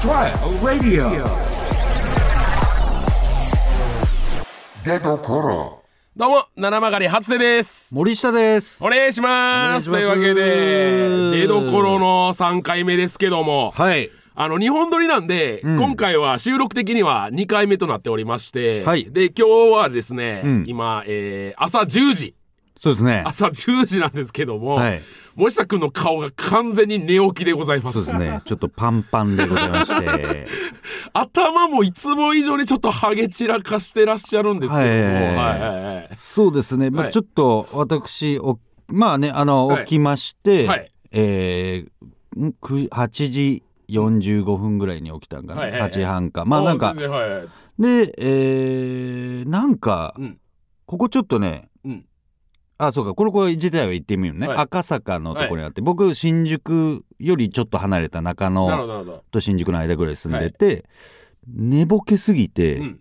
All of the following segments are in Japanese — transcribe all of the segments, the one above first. Trial Radio 出どころどうも七曲り初瀬です森下ですお願いしますお願いしますというわけで出どころの3回目ですけども、はいあの2本撮りなんで、今回は収録的には2回目となっておりまして、はいで今日はですね、ん今、えー朝10時そうですね朝10時なんですけども、はい森下君の顔が完全に寝起きでございまそうすですねちょっとパンパンでございまして 頭もいつも以上にちょっとハゲ散らかしてらっしゃるんですけども、はいはいはいはいそうですね、まはあ、いちょっと私おまあねあのはい起きまして、はいえーんく8時45分ぐらいに起きたんかな、はいはいはい8時半かまあなんか全然はいはいでえーなんか、うんここちょっとね、うんあそうかこれこれ自体は行ってみるね、はい赤坂のところにあって、僕新宿よりちょっと離れた中野なるほどなるほど、と新宿の間ぐらい住んでて、寝ぼけすぎて、うん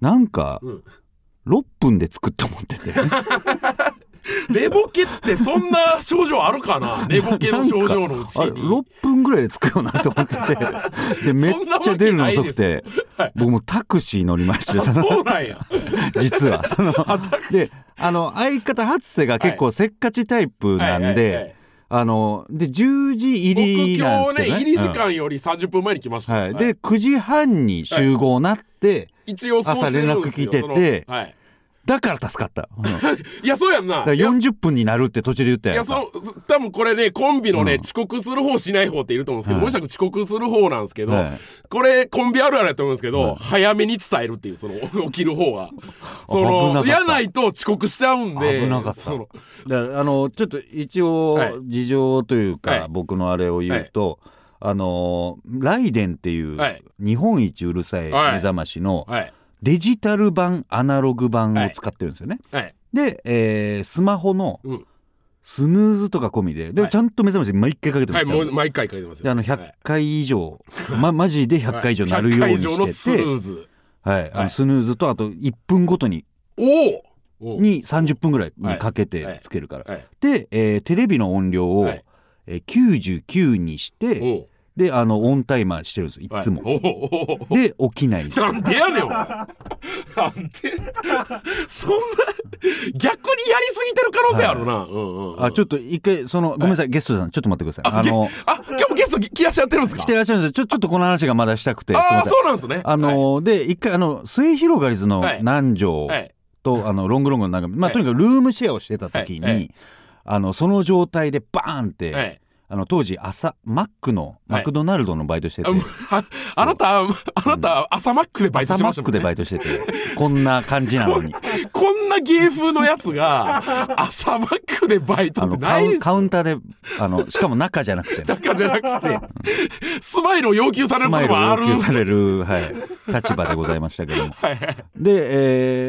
なんかうん6分で作ったもんって て寝ぼけってそんな症状ある かな寝ぼけの症状のうちあれに6分ぐらいで作るよなと思っててで めっちゃ出るの遅くて、僕もうタクシー乗りましてあそのそうなんや実はそのであの相方初瀬が結構せっかちタイプなんはいはいはいであので10時僕入りなんですけど今日ねね入りう時ん間より30分前に来ました、はい、で9時半に集合なって、一応そうしてるんですよ朝連絡来ててそのはい、だから助かった、うんだかいやそうやんならいや40分になるって途中で言ったいややんかそう多分これねコンビのね、うん遅刻する方しない方っていると思うんですけど、はいもしかしたら遅刻する方なんですけど、はいこれコンビあるあるだと思うんですけど、早めに伝えるっていうその 起きる方はそ危なかのったやないと遅刻しちゃうんで危なかったそのだからあのちょっと一応はい事情というか、はい僕のあれを言うと、あのライデンっていうはい日本一うるさい目はい覚ましのはいデジタル版アナログ版を使ってるんですよね。はいで、えースマホのうんスヌーズとか込みでではもいちゃんと目覚まし毎回かけてまはいすもよ。う毎回書いてますよであのは100い回以上、ま、マジで100回以上なるように100回以上のしスてヌて、ーズはい、あはいのスヌーズとあと1分ごとにおおおに30分ぐらいにかけはいてつけるから、はいで、えーテレビの音量を、はいえー99にして、おうであのオンタイマーしてるんですよいつも、おうおうおうで起きないんですなんでやね んお前なんでそんな逆にやりすぎてる可能性あるな、うんうんうんあちょっと一回そのごめんなさい、ゲストさんちょっと待ってくださいあのあ今日もゲスト来来らっしゃってるんですか来てらっしゃるんですよちょちょっとこの話がまだしたくてすいあまあせんそうなんですねあはいので一回あの末広がりずのはい南條はいと、あのロングロングの中まはあ、いとにかくルームシェアをしてた時に、はいはいあのその状態でバーンって、はいあの当時朝マックのマクドナルドのバイトしてて、あもうああなたあなた朝マックでバイトし朝てマましたッもクんでねバイトしててこんな感じなのに こんな芸風のやつが朝マックでバイトあってのなカいウでンすカウンターであのしかも中じゃな くてねかじゃなくてスマイルを要求されスるこマイとルをもある要求される、はい、立場でございましたけどもで、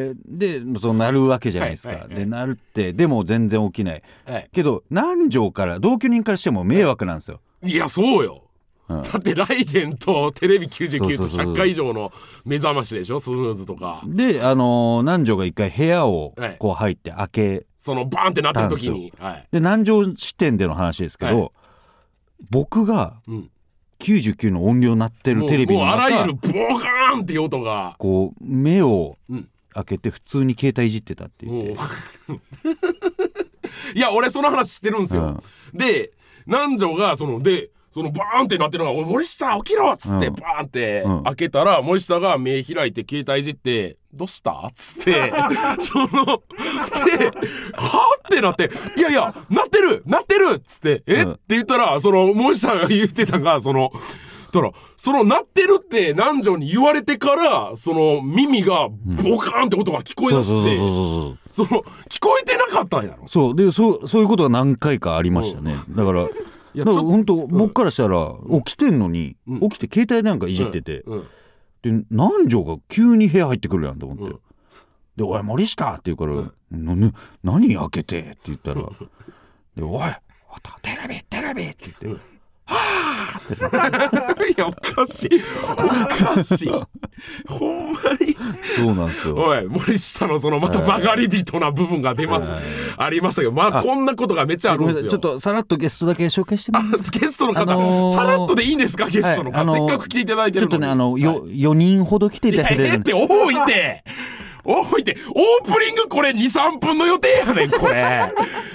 えーでそうなるわけじゃないですか、はいはいはいでなるってでも全然起きないはいけど南條から同居人からしても迷惑なんですよ、 いやそうよ、だってライデンとテレビ99とそうそうそうそう100回以上の目覚ましでしょスヌーズとかで、あのー南條が一回部屋をはいこう入って開けそのバーンってなってる時にはいで南條視点での話ですけど、は僕がうん99の音量鳴ってるもうテレビもうのあらゆ中るボカーンっていう音がこう目をうん開けて普通に携帯いじってたってもう言って いや俺その話してるんですよ、で南條がそのでそのバーンってなってるのが「おい森下起きろ!」っつってうんバーンってうん開けたら、森下が目開いて携帯いじって「どうした?」っつって そので「は?」ってなって「いやいやなってるなってる!」っつって「えうんって言ったらその森下が言ってたのがその。だからその鳴ってるって南條に言われてからその耳がボカーンって音が聞こえそだうして、そうそうそうそうその聞こえてなかったんやろそうでそうそういうことが何回かありましたねだからいだかやちらょっと本当僕からしたら起きてんのに起きて携帯なんかいじっててうんで南條が急に部屋入ってくるやんと思っうてん「でおい森下!」って言うから「なな何開けて?」って言ったら「でおいあとテレビテレビ!」って言って「はいやおかしいおかしいほんまにそうなんですよおい森下のそのまた曲がり人な部分が出ます、ありましたけどまあこんなことがめっちゃあるごんめでんなさすいよちょっとさらっとゲストだけ紹介してもあらえますかゲストの方、あのーさらっとでいいんですかゲストの方、はいあのーせっかく来ていただいてちょるっのとにねあのよ4人ほど来ていいただやいてええるっんでて多いって多いってオープニングこれ23分の予定やねんこれ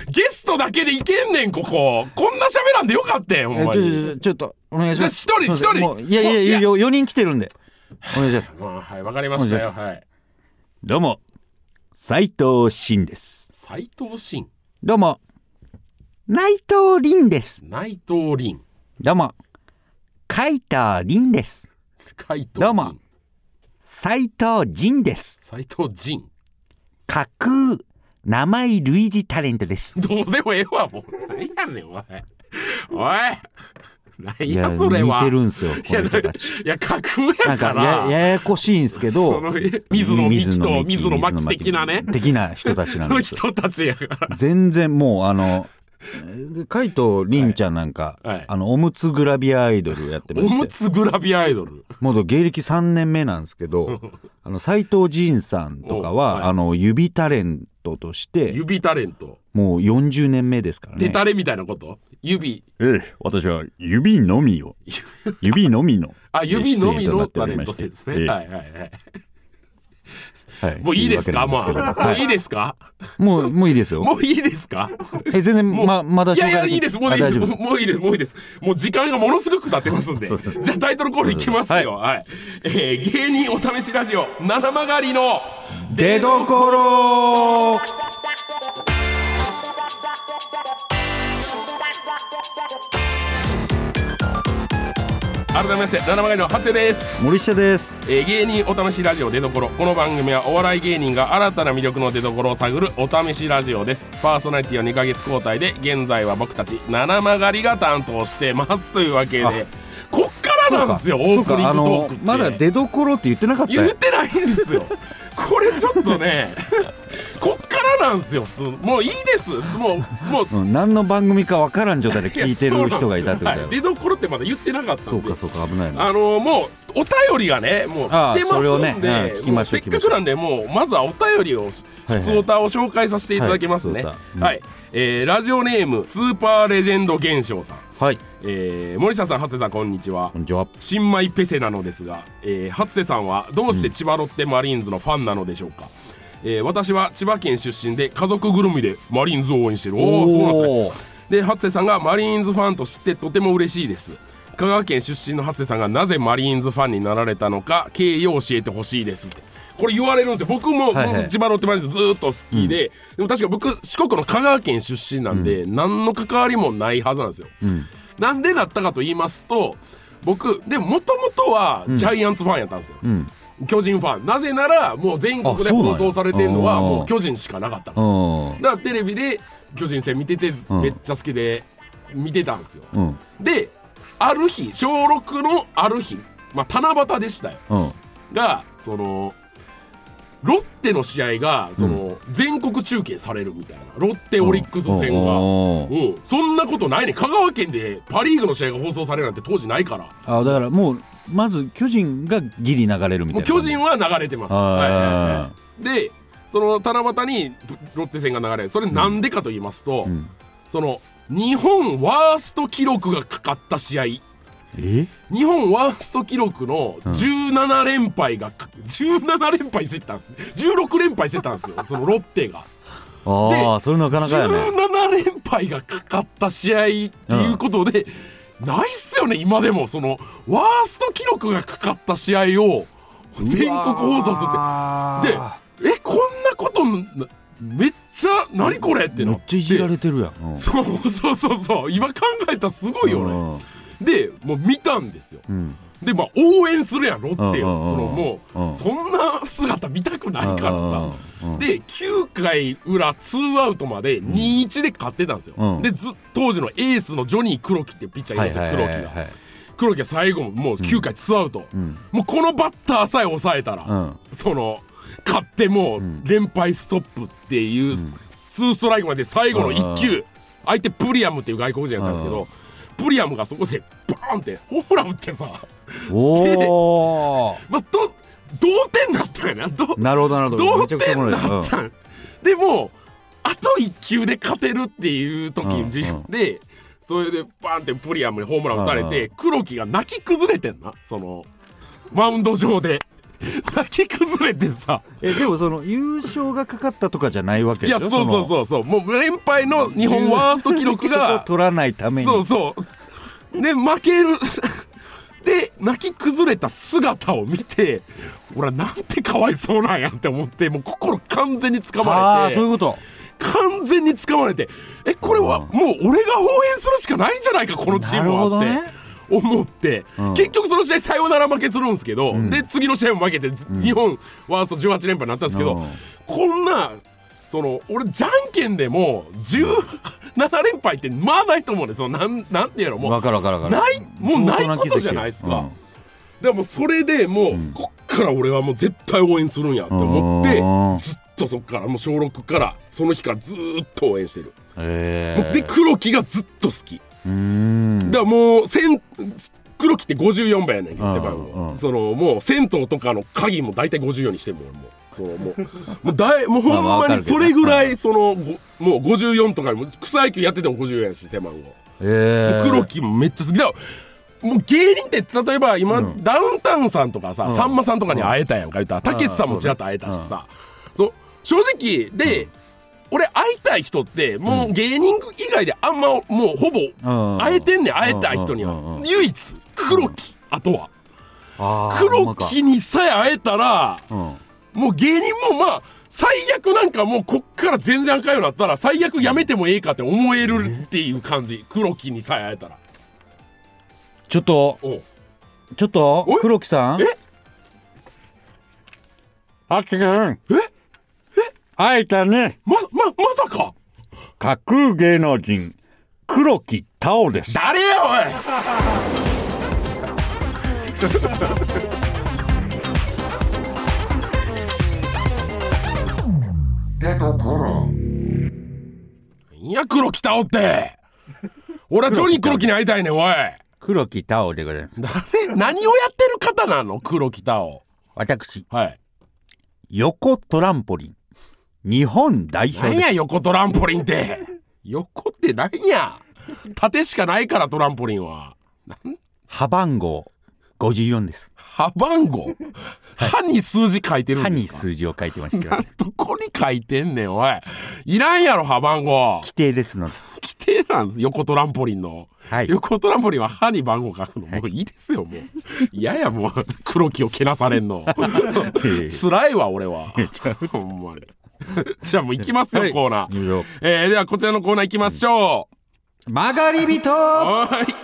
ゲストだけでいけんねんこここんな喋らんでよかったよほんえまちょちにょちょっとお願いしますじゃあ一人すいません一人もういやいやいや4人来てるんでお願いしますうんはいわかりましたよおはいどうも斉藤真です斎藤真どうも内藤凛です内藤凛どうも海田凛です海藤どうも斉藤仁です斎藤仁架空名前類似タレントですどうでもええわもう何やねんおいおい何やいそれは似てるんすよいこやのなん人かいたちや架空なやんかからやややこしいんですけどその水野美紀と水野真巻紀的なね的な人たちなん そのですよ人たちやから全然もうあの海藤凛ちゃんなんか、はいはいあのおむつグラビアアイドルやってま おしむてつグラビアアイドルもう芸歴3年目なんですけ どあの斎藤仁さんとかは、おはいあの指タレントとして指タレントもう40年目ですから手ね。タレみたいなこと指ええ、私は指のみ を指のみのあ指のみのタレントしてですね、はいはいはいはいもういいですかともいうわうけなんですけどもうもいいですかうもういいですよもういいですかえ全然もうままだいやいや紹介いいですもうあいいで大す丈夫もですういいですもういいですもう時間がものすごく経ってますんでじゃあタイトルコールいきますよはい、えー芸人お試しラジオ七曲りの出どころ改めまして七曲りの初瀬です森下ですえー芸人お試しラジオ出どころこの番組はお笑い芸人が新たな魅力の出どころを探るお試しラジオですパーソナリティは2ヶ月交代で現在は僕たち七曲りが担当してますというわけあでこっからなんですよオそうープかニングあトーのクってまだ出どころって言ってなかった言っよてないんですよこれちょっとねこっからなんですよ普通もういいですもうもううん、何の番組かわからん状態で 聞いてる人がいたってことはだよい出どころってまだ言ってなかったんでそうかそうか危ないなあのもうお便りがねもうああ来てますそれをねんうんで、聞きもまうしょせうっかくなんでもうまずはお便りをはい普通おたを紹介させていただきますねはいは普通い、歌えーラジオネームスーパーレジェンド現象さん、はいえー森下さん長谷さんこんにちはこんにちは新米ペセなのですが、えー、初瀬さんはどうして千葉ロッテマリーンズのファンなのでしょうか、えー私は千葉県出身で家族ぐるみでマリーンズを応援してるおおそうなんですねおーで初瀬さんがマリーンズファンと知ってとても嬉しいです香川県出身の初瀬さんがなぜマリーンズファンになられたのか経緯を教えてほしいですってこれ言われるんですよ僕はもいはい僕千葉ロッテマリーンズずーっと好きで、でも確か僕四国の香川県出身なんで、何の関わりもないはずなんですよ、なんでなったかと言いますと僕でももともとはジャイアンツファンやったんですよ、巨人ファンなぜならもう全国であそうなん放や送されてるのはあーもう巨人しかなかったからうんだからテレビで巨人戦見てて、うんめっちゃ好きで見てたんですよ、うんである日小6のある日まあ七夕でしたようんがそのロッテの試合がその、全国中継されるみたいなロッテオリックス戦が、おーうんそんなことないね香川県でパ・リーグの試合が放送されるなんて当時ないからあだからもうまず巨人がギリ流れるみたもいうな巨人は流れてます、あーはいはいはいでその七夕にロッテ戦が流れるそれなんでかと言いますと、んその日本ワースト記録がかかった試合え日本ワースト記録の17連敗がか17連敗してたんです16連敗してたんですよそのロッテがああそれなかなかやね17連敗がかかった試合っていうことで、ないっすよね今でもそのワースト記録がかかった試合を全国放送するってでえこんなことなめっちゃ何これってめなっってちゃいじられてるやんうんそうそうそうそう今考えたらすごいよねでもう見たんですようんでまあ応援するやんロッテうんうんうをんそのもううんそんな姿見たくないからさうんうんうんで9回裏2アウトまで2-1で勝ってたんですよ、うんでず当時のエースのジョニー黒木っていうピッチャーいますよ、はいはいはい黒木はがい黒木が最後ももう9回2アウト、んもうこのバッターさえ抑えたら、うんその勝ってもう連敗ストップっていう、ツーストライクまで最後の1球、相手プリアムっていう外国人やったんですけど、プリアムがそこでバーンってホームラン打ってさおおまあど同点だったよなどなるほどなるほど同めちゃくちゃおも点ろいだなったん、でもあと1球で勝てるっていう時うんに自分で、それでバーンってプリアムにホームラン打たれて、う黒木が泣き崩れてんなそのマウンド上で泣き崩れてさえでもその優勝がかかったとかじゃないわけいでしょやそうそううそうそうもう連敗の日本ワースト記 録が取らないためにそうそうで負ける で泣き崩れた姿を見て俺はなんてかわいそうなんやって思ってもう心完全につかあまあれそういてうこと完全につかまれてえこれはうんもう俺が応援するしかないんじゃないかこのチームはっなるて。思って、うん結局その試合サヨナラ負けするんですけど、んで次の試合も負けて、ず日本ワースト18連敗になったんですけうど、んこんなその俺じゃんけんでも17連敗ってまあないと思うねそのなんなんていうのもわうかるわかるわかるないもうない相当奇跡ことじゃないですかうんでもうそれでもう、こっから俺はもう絶対応援するんやと思って、うんずっとそっからもう小6からその日からずーっと応援してる、えもうで黒木がずっと好きうーんだからもうせん黒木って54番やねんけどうん背番うん号そのもう銭湯とかの鍵も大体54にしてんもん俺もうその もうもうだいもうほんまあまあわまかるにけどそれぐらいそのごもう54とかにも草野球やってても54やし背番号えー黒木もめっちゃ好きだからもう芸人って例えば今、ダウンタウンさんとかさ、さんまさんとかに会えたやんか言ったらたけしさんもちらっと会えたしさ、そう正直で、俺会いたい人ってもう芸人以外であんまもうほうんぼ会えてんねん会えたい人にうんうんうはん唯一黒木あとはあー黒木にさえ会えたらほんまかもう芸人もまあ最悪なんかもうこっから全然あかんようになったら最悪やめてもええかって思えるっていう感じ黒木にさえ会えたら。うんちょっとおうちょっとおい黒木さんえあっきくんええ会えたねま、ま、まさか架空芸能人黒木太オです誰や出どころおいいや、黒木おって俺はジョニー黒木に会いたいねん、おい黒木太オでございます誰何をやってる方なの黒木お私はい。横トランポリン日本代表何ですや、横トランポリンって横って何や縦しかないから、トランポリンは。歯番号54です歯番号歯に数字書いてる歯んでにすか数字を書いてま した規どこに書いてんねん、おい。いらんやろ、歯番号。定ですので規定なんです、横トランポリンの。はい横トランポリンは歯に番号書くの、もういいですよ、もう。嫌やもう、黒木をけなされんの。辛いわ、俺は。ほんまに。じゃあもう行きますよ、コーナー。えー、ではこちらのコーナー行きましょう。曲がり人ははーい。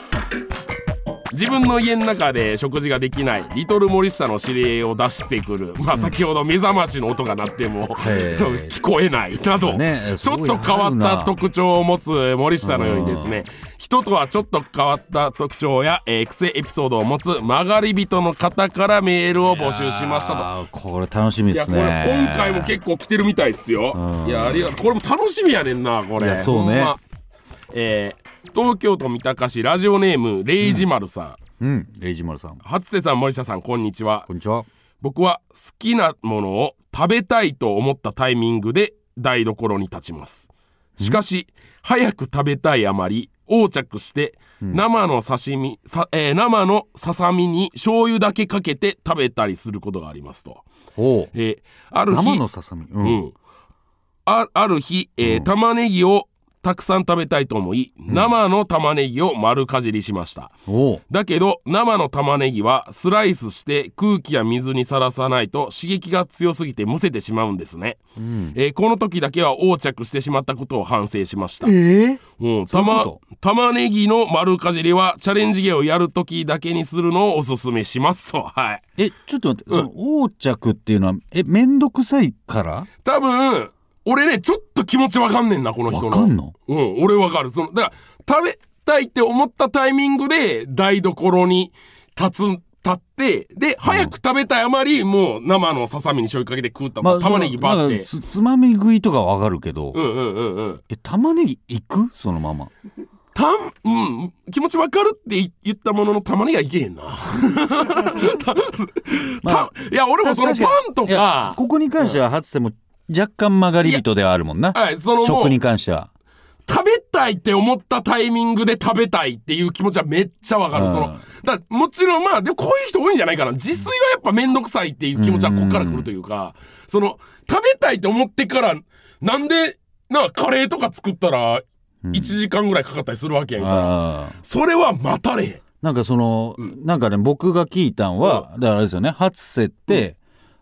自分の家の中で食事ができないリトル森下の指令を出してくる、まあ、先ほど目覚ましの音が鳴ってもへー聞こえないなど、ねちょっと変わすごいっあるなた特徴を持つ森下のようにですね人とはちょっと変わった特徴や、えー癖エピソードを持つ曲がり人の方からメールを募集しましたと。これ楽しみいでやすこれね今回も結構来てるみたいですよ。いやありがとう。これも楽しみやねんなこいれ。やそうねほんまえー東京都三鷹市ラジオネームレイジマルさん、うんレイジモルさん初瀬さん森下さんこんにちはこ。んにちは僕は好きなものを食べたいと思ったタイミングで台所に立ちますしかし早く食べたいあまり横着して生の刺身、さえー生のささみに醤油だけかけて食べたりすることがありますと、おうえーある日生のささみううんん、あある日、えー玉ねぎをたくさん食べたいと思い生の玉ねぎを丸かじりしました、おうだけど生の玉ねぎはスライスして空気や水にさらさないと刺激が強すぎてむせてしまうんですね、えーこの時だけは横着してしまったことを反省しました、えうん、そういう玉こ玉ねぎの丸かじりはチャレンジ芸をやる時だけにするのをおすすめしますとはいえちょっと待ってその横着っていうのはえめんどくさいから多分俺ねちょっと気持ちわかんねんなこの人のわかんのうん俺わかるそのだから食べたいって思ったタイミングで台所に立つ立ってで早く食べたいあまりもう生のささみに醤油かけて食った、まあ玉ねぎバーっなんてかつつまみ食いとかわかるけど、うんうんうんうんえ玉ねぎいくそのままたん、うん、気持ちわかるってい言ったものの玉ねぎはい けへんな。たまあたいや、俺もその確パかンといやか、ここに関しては初瀬も若干曲がり人ではあるもんなはい、そのも食うに関しては食べたいって思ったタイミングで食べたいっていう気持ちはめっちゃわかうる。んその、だもちろんまあ、でもこういう人多いんじゃないかな。自炊はやっぱめんどくさいっていう気持ちはこっから来るというか、その、食べたいって思ってから、なんで、な、カレーとか作ったら、1時間ぐらいかかったりするわけやんか。ああそれは待たれへん。なんかその、なんかね僕が聞いたんは、だからあれですよね初瀬って、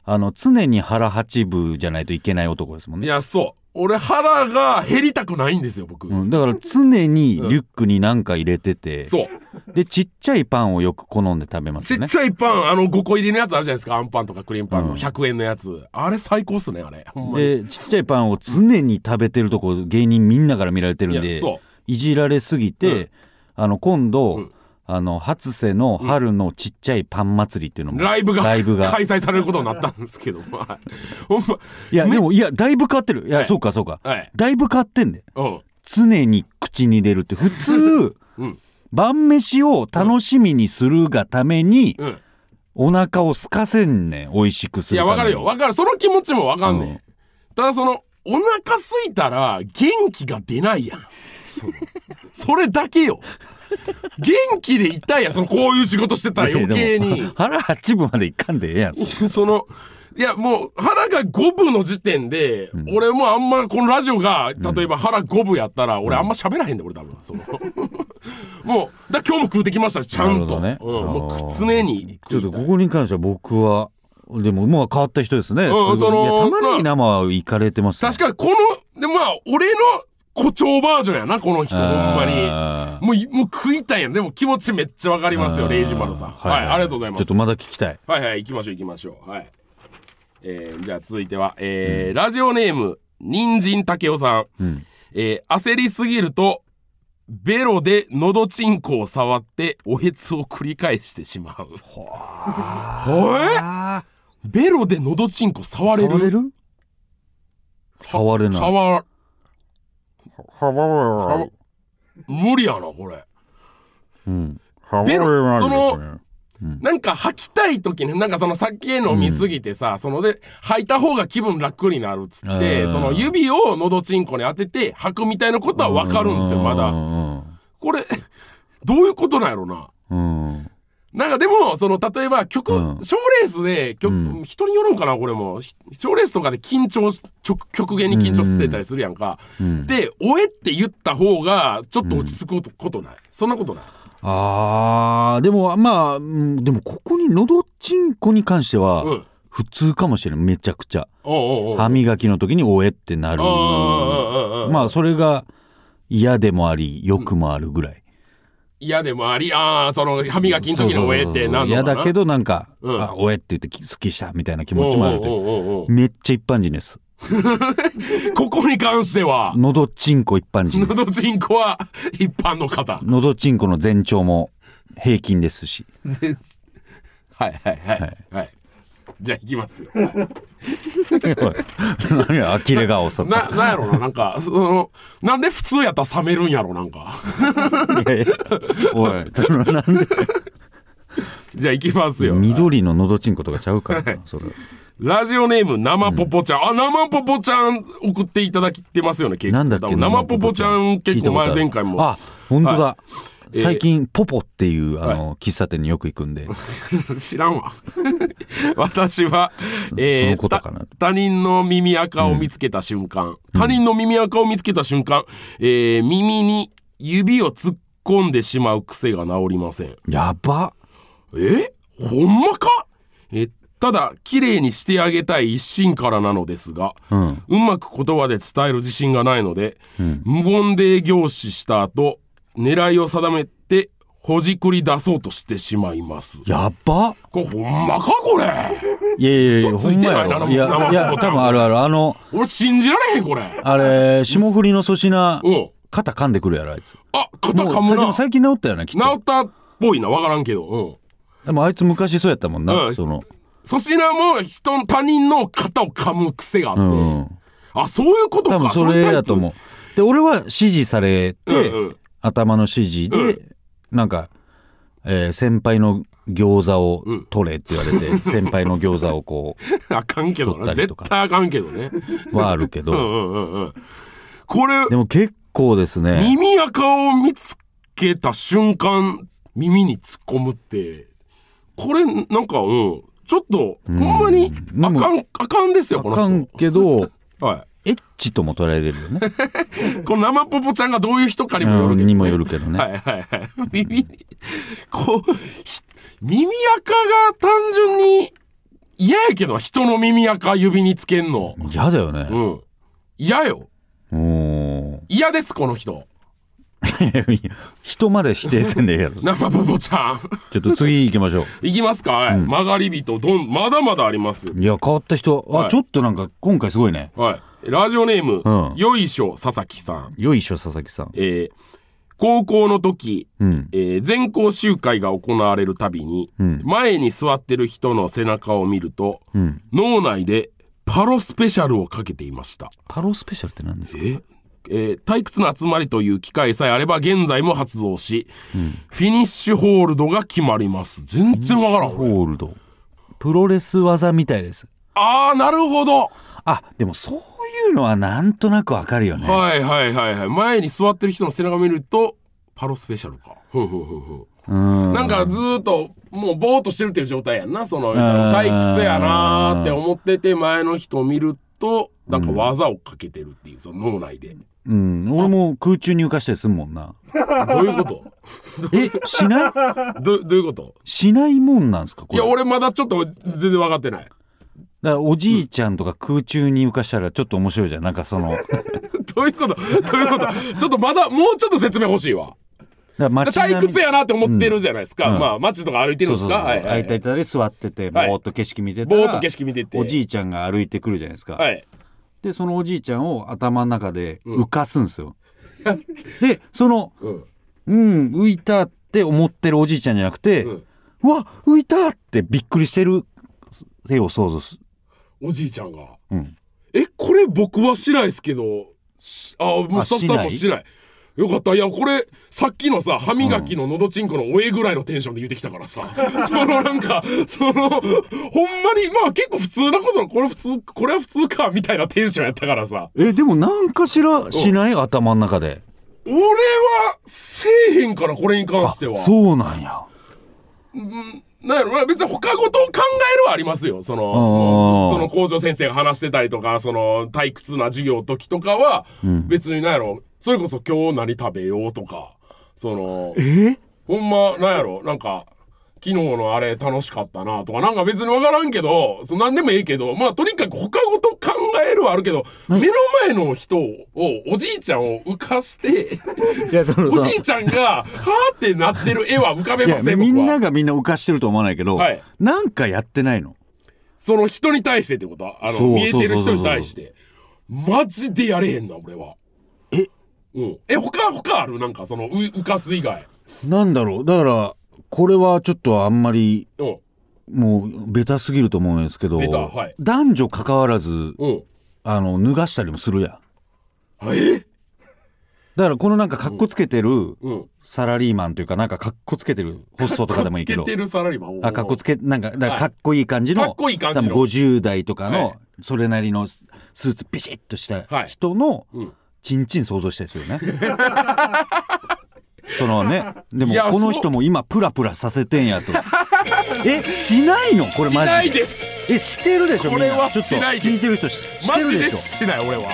あの常に腹八分じゃないといけない男ですもんいね、や、そう。俺腹が減りたくないんですよ、僕。うん、だから常にリュックに何か入れてて、そう。でちっちゃいパンをよく好んで食べますちよっねちゃいパン、あの、5個入りのやつあるじゃないですか。あんパンとかクリームパうンんの100円のやつ。あれ最高っすね、あれ。ほんまに。でちっちゃいパンを常に食べてるとこ芸人みんなから見られてるんいでやそういじられすぎて、うんあの今度、うんあの初瀬の春のちっちゃいパン祭りっていうのも、ライブがライブ が開催されることになったんですけど、まあ、ほんいやでもいやだいぶ変わってるいや、はいそうかそうか、ま、はい。だいぶ変わってんでうん。常に口に入れるって普通、うん晩飯を楽しみにするがために、うん。お腹を空かせんねん美味しくすいるや、ためにわかるよ。わかる。その気持ちもわかんねん。うんただ、その、お腹すいたら元気が出ないやん。そのそれだけよ。元気でいたいやん。その、こういう仕事してたら余計いや でにも。腹八分までいかんでええやん そのいやもう腹が五分の時点で、俺もうあんまこのラジオが例えば腹五分やったら、俺あんま喋らへんで俺多分その もうだから今日も食うてきましたしちゃんと、なるうほん、どねもあうー常にちょっと食いたいここに関しては僕はでもまあ変わった人ですね、うんすごいそのいや玉ねぎ生は行かれてますね、確かにこのでまあ俺の誇張バージョンやなこの人ほんまにあもういもう食いたいやんでも気持ちめっちゃわかりーますよあーレイジマルさんはい、ありがとうございますちょっとまだ聞きたいはいはい行きましょう行きましょうはい、えーじゃあ続いては、えーラジオネーム人参武雄さん、んえー焦りすぎるとベロで喉チンコを触っておへつを繰り返してしまうほえあベロで喉チンコ触れ触れるる触れない触ら触触無理やなこれうんベロその触れないですねなんか吐きたい時になんかその酒飲みすぎてさ、そので吐いた方が気分楽になるっつって、うんその指を喉ちんこに当てて吐くみたいなことはわかるんですよまうだんこれ どういうことなんやろなうんうんなんかでもその例えば曲賞、うんレースで曲、う人によるんかなこれも賞レースとかで緊張し極極限に緊張してたりするやんか、うんで「おえ」って言った方がちょっと落ち着くことない、そんなことないあーでもまあうんでもここにのどちんこに関してはうん普通かもしれんめちゃくちゃおうおうおう歯磨きの時に「おえ」ってなるうんうんうんうんうんまあそれが嫌でもあり欲もあるぐらい嫌でもありああその歯磨きの時の終えってなんのか嫌なだけどなんか「うんあおえ」って言ってき好きしたみたいな気持ちもあるというおうおうおうおうめっちゃ一般人ですここに関してはのどちんこ一般 人です喉人口は一般の方のどちんこの全長も平均です し全然はいはいはいはい、じゃあ行きますよ、はい何や呆れ顔そななんやろななんかそのなんで普通やったら冷めるんやろなんかいやいやおいそのなんでじゃあ行きますよ緑ののどちんことかちゃうからなそれラジオネーム生ポポちゃん、あ生ポポちゃん送っていただきてますよね結構なんだっけ生ポポちゃん結構前前回もあ本当だ、い最近ポポっていうあの、喫茶店によく行くんで知らんわ 私は、えそのーことかなた他人の耳垢を見つけた瞬間、他人の耳垢を見つけた瞬間、えー耳に指を突っ込んでしまう癖が治りませんやばえほんまかえーただ綺麗にしてあげたい一心からなのですが、ううんまく言葉で伝える自信がないので、無言で凝視した後狙いを定めてほじくり出そうとしてしまいますやばこれほんまかこれいやいやいや嘘ほついんてまないなやろい生や生いポやポちゃ多ん分あるあるあの俺信じられへんこれあれ霜降りの粗品うん肩噛んでくるやろあいつあ肩う噛さむでなも最近治ったよねきっ治とったっぽいなわからんけどうんでもあいつ昔そうやったもんな、うんその粗品も人の他人の肩を噛む癖があって、うんあそういうこと多か分それやと思うで俺は指示されて、うんうん頭の指示で、なんか、えー先輩の餃子を取れって言われて、先輩の餃子をこあかんけど撮なったり絶とか対あかんけどねうはあるけうどんうんうんうんこれでも結構ですね耳垢を見つけた瞬間耳に突っ込むってこれなんかうんちょっとほんまにであもかんあかんですよあこのかん人けどはエッチとも捉えれるよね、いこの生ポポちゃんがどういう人かにもようるけん、どにもよるけどね、はいはい はい耳にこうひ耳垢が単純に嫌やけど人の耳垢指につけんの嫌だよねう、ん嫌よ おー嫌ですこの人いや人まで否定せんでええや ろ生ポポちゃんちょっと次行きましょいきますか、はい曲がり人どんまだまだありますういや変わった人あ、はいちょっとなんか今回すごいねはいラジオネーム、うんよいしょ佐々木さんよいしょ佐々木さんえー高校の時、うんえー全校集会が行われるたびに、ん前に座ってる人の背中を見ると、脳内でパロスペシャルをかけていましたパロスペシャルって何ですかええー退屈な集まりという機会さえあれば現在も発動し、フィニッシュホールドが決まります全然わからん俺ホールドプロレス技みたいですああなるほどあでもそういうのはなんとなくわかるよねはいはいはいはい前に座ってる人の背中を見るとパロスペシャルかふんふんふんふんうんなんかずーっともうぼーっとしてるっていう状態やんなそのん退屈やなーって思ってて前の人を見るとなんか技をかけてるっていうその脳内でうん俺も空中に浮かしたりすんもんなどういうこと えしないどどういうことしないもんなんすかこいれや俺まだちょっと全然分かってないだからおじいちゃんとか空中に浮かしたらちょっと面白いじゃんなんかそのだかどういうことどういうことちょっとまだもうちょっと説明欲しいわら街並み退屈やなって思ってるじゃないですか、うんまあ街とか歩いてるんそうでそうそうすかはいは空いいてたり座っててぼはいーっと景色見てたらぼーっと景色見てておじいちゃんが歩いてくるじゃないですか、はいでそのおじいちゃんを頭の中で浮かすんですよ、でそのうんうん浮いたって思ってるおじいちゃんじゃなくて、ううんわ浮いたってびっくりしてる絵を想像すおじいちゃんがうんえこれ僕はしないですけどしあもうあスタッフさんもししないよかったいやこれさっきのさ歯磨きののどちんこのおえぐらいのテンションで言ってきた からさそのなんかそのほんまにまあ結構普通なことこれ普通これは普通かみたいなテンションやったからさえでもなんかしらしない頭の中で俺はせえへんからこれに関してはそうなんやなんやろまあ別に他事を考えるはありますよそのあーその校長先生が話してたりとかその退屈な授業の時とかは別になんやろそれこそ今日何食べようとかそのえほんまなんやろなんか昨日のあれ楽しかったなとかなんか別に分からんけどそなんでもええけどまあとにかく他事考えるはあるけど目の前の人をおじいちゃんを浮かしていやそのおじいちゃんがはーってなってる絵は浮かべいまやせんみ僕んはながみんな浮かしてると思わないけど、はいなんかやってないのその人に対してってことあのそう見えてる人に対してマジでやれへんな俺はえうんえ他他あるなんかそのう浮かす以外なんだろうだからこれはちょっとあんまりうんもうベタすぎると思うんですけど、ベタはい男女関わらずうんあの脱がしたりもするやんえだからこのなんかかっこつけてるうんサラリーマンというかなんかかっこつけてるホストとかでもいいけつどけてるサラリーマンあかっこつけなんかだからかっこいい感じの,、はいかっこいい感じの多分50代とかはいのそれなりのススーツビシッとした人のうんチンチン想像したりするよね。 そのねでもいやこそうの人も今プラプラさせてんやとえしないのこれしマないジでですえしてるでしょこれはみんなちょっとしないです聞いてる人ししてマジるででししない俺は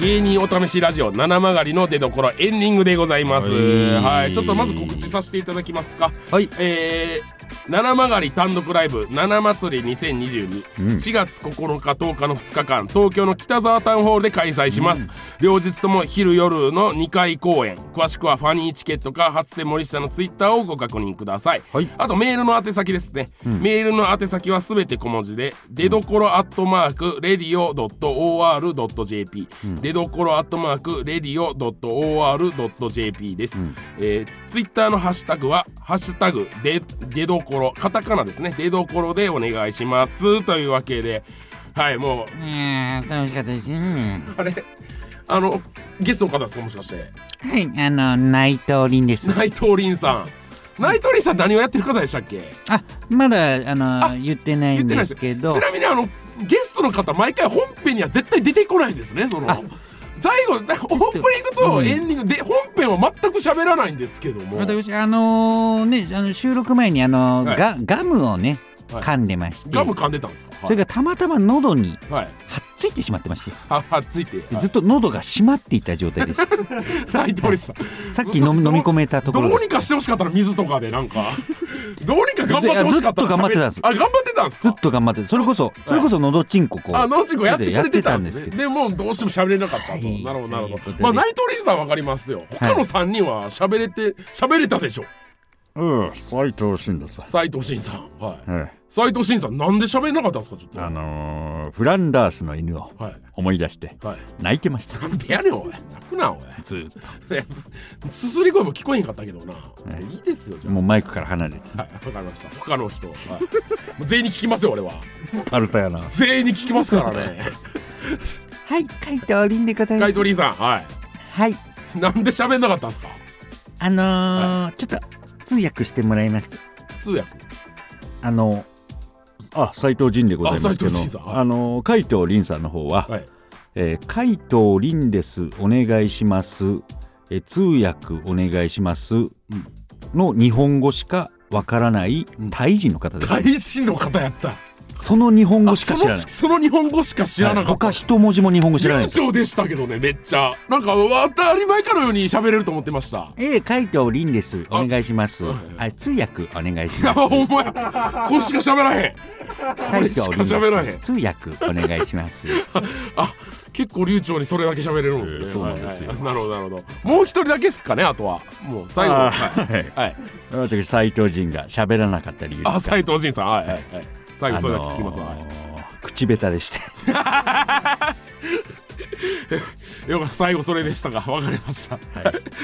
芸人お試しラジオ七曲りの出所エンディングでございますはいはいちょっとまず告知させていただきますかょはいえー、七曲り単独ライブ「七祭り20224、ん4月9日10日の2日間東京の北沢タウンホールで開催します、両日とも昼夜の2回公演詳しくはファニーチケットか初瀬森下のツイッターをご確認ください、はいあとメールの宛先ですね、メールの宛先はすべて小文字で出どころアットマークレディオ .or.jp、出どころアットマークレディオ .or.jp です、えーツツイッターのハッシュタグは「ハッシュタグで出どこころカタカナですね出どころでお願いしますというわけではいもううん楽しかったです。うんあれあのゲストの方ですかもしかしてはい、あの内藤凛です。内藤凛さん内藤凛さん何をやってる方でしたっけあ、まだあのあ言ってない言っんてないでですすけけどどち、なみにあのゲストの方毎回本編には絶対出てこないんですねその最後オープニングとエンディングで本編は全く喋らないんですけども私あのねあの収録前にあの、はいガガムをねはい噛んでまして、ガム噛んでたんですかそれがたまたま喉にはいはいはっついてしまってまして、ははついてでずっと喉が閉まっていた 状態でした。内藤凛さんさっき飲み嘘飲み込めたとこどろうでにかしてほしかったら水とかでなんかどうにか頑張ってほしかったずっと頑張ってたんですあ頑張ってたんですずっかと頑張ってそれこそそれこそのどちんここうあ農地子やってくれてたんですやってたんですけどねでもうどうしても喋れなかったと、はいなるほどなるほということどでまあ内藤凛さんわかりますよ他の3人は喋れて喋れたでしょうん斎藤慎です斉藤慎さんはいえ斉藤慎さんなんで喋れなかったんですかちょっとえのーフランダースの犬をはい思い出してはい泣いてましたなんでやねんおい泣くなおいずっすすり声も聞こえへんかったけどな、い、いですよじとゃあもうマイクから離れてはいわかりました他の人、はい、もう全員に聞きますよ俺はスパルタやな全員に聞きますからねはい、海藤凛でございま斉す。藤凛さんはいはい、なんで喋んなかったんですかあのーちょっと通訳してもらいます。通訳あのあ斎藤仁でございますけあ斉藤仁さどんはいあのー海藤凛さんの方ははいえー、海藤凛ですお願いします、えー通訳お願いします、の日本語しかわからないうんタイ人の方です、大臣の方やったその日本語あしか知そのらないその日本語しか知らなかった、はい他一文字も日本語知らない流です暢でしたけどねめっちゃなんか当たり前かのように喋れると思ってましたええ海藤凛ですあお願いしますはいあ通訳お願いし あますほんまやこれしか喋らへんこれしか喋らへん通訳お願いしますあ結構流暢にそれだけ喋れるんですね、えーそうなんですよはいはいな るほどなるほどもう一人だけですかねあとはもう最後あはい、はい はい、私斎藤仁が喋らなかった理由あ斉藤仁さんはいはいはい最後それだけ聞きますわ、あのはー口下手でしていよかった最後それでしたがわかりました、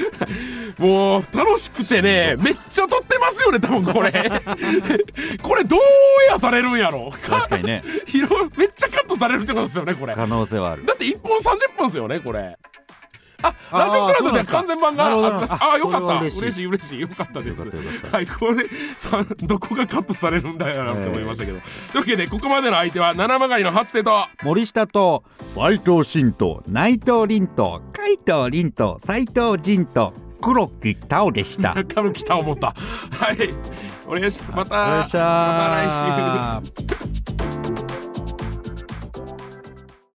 もう楽しくてねめっちゃ撮ってますよね多分こ れこれどうやされるんやろ 確かにねいろめっちゃカットされるってことですよねこれ だ可能性はあるって1本30分ですよねこれあラジオクラウドでは完全版がありましたなるあほよどなるほどかあったそれは嬉しい嬉しい嬉しいよかったですよかったよかっはいこれさどこがカットされるんだよなって思いましたけど、というわけでここまでの相手は七曲りの初瀬と森下と斉藤慎と内藤凛と海藤凛と斉藤仁と黒木太でした中 野北思ったはいお願いしますまたお願いしますまた来週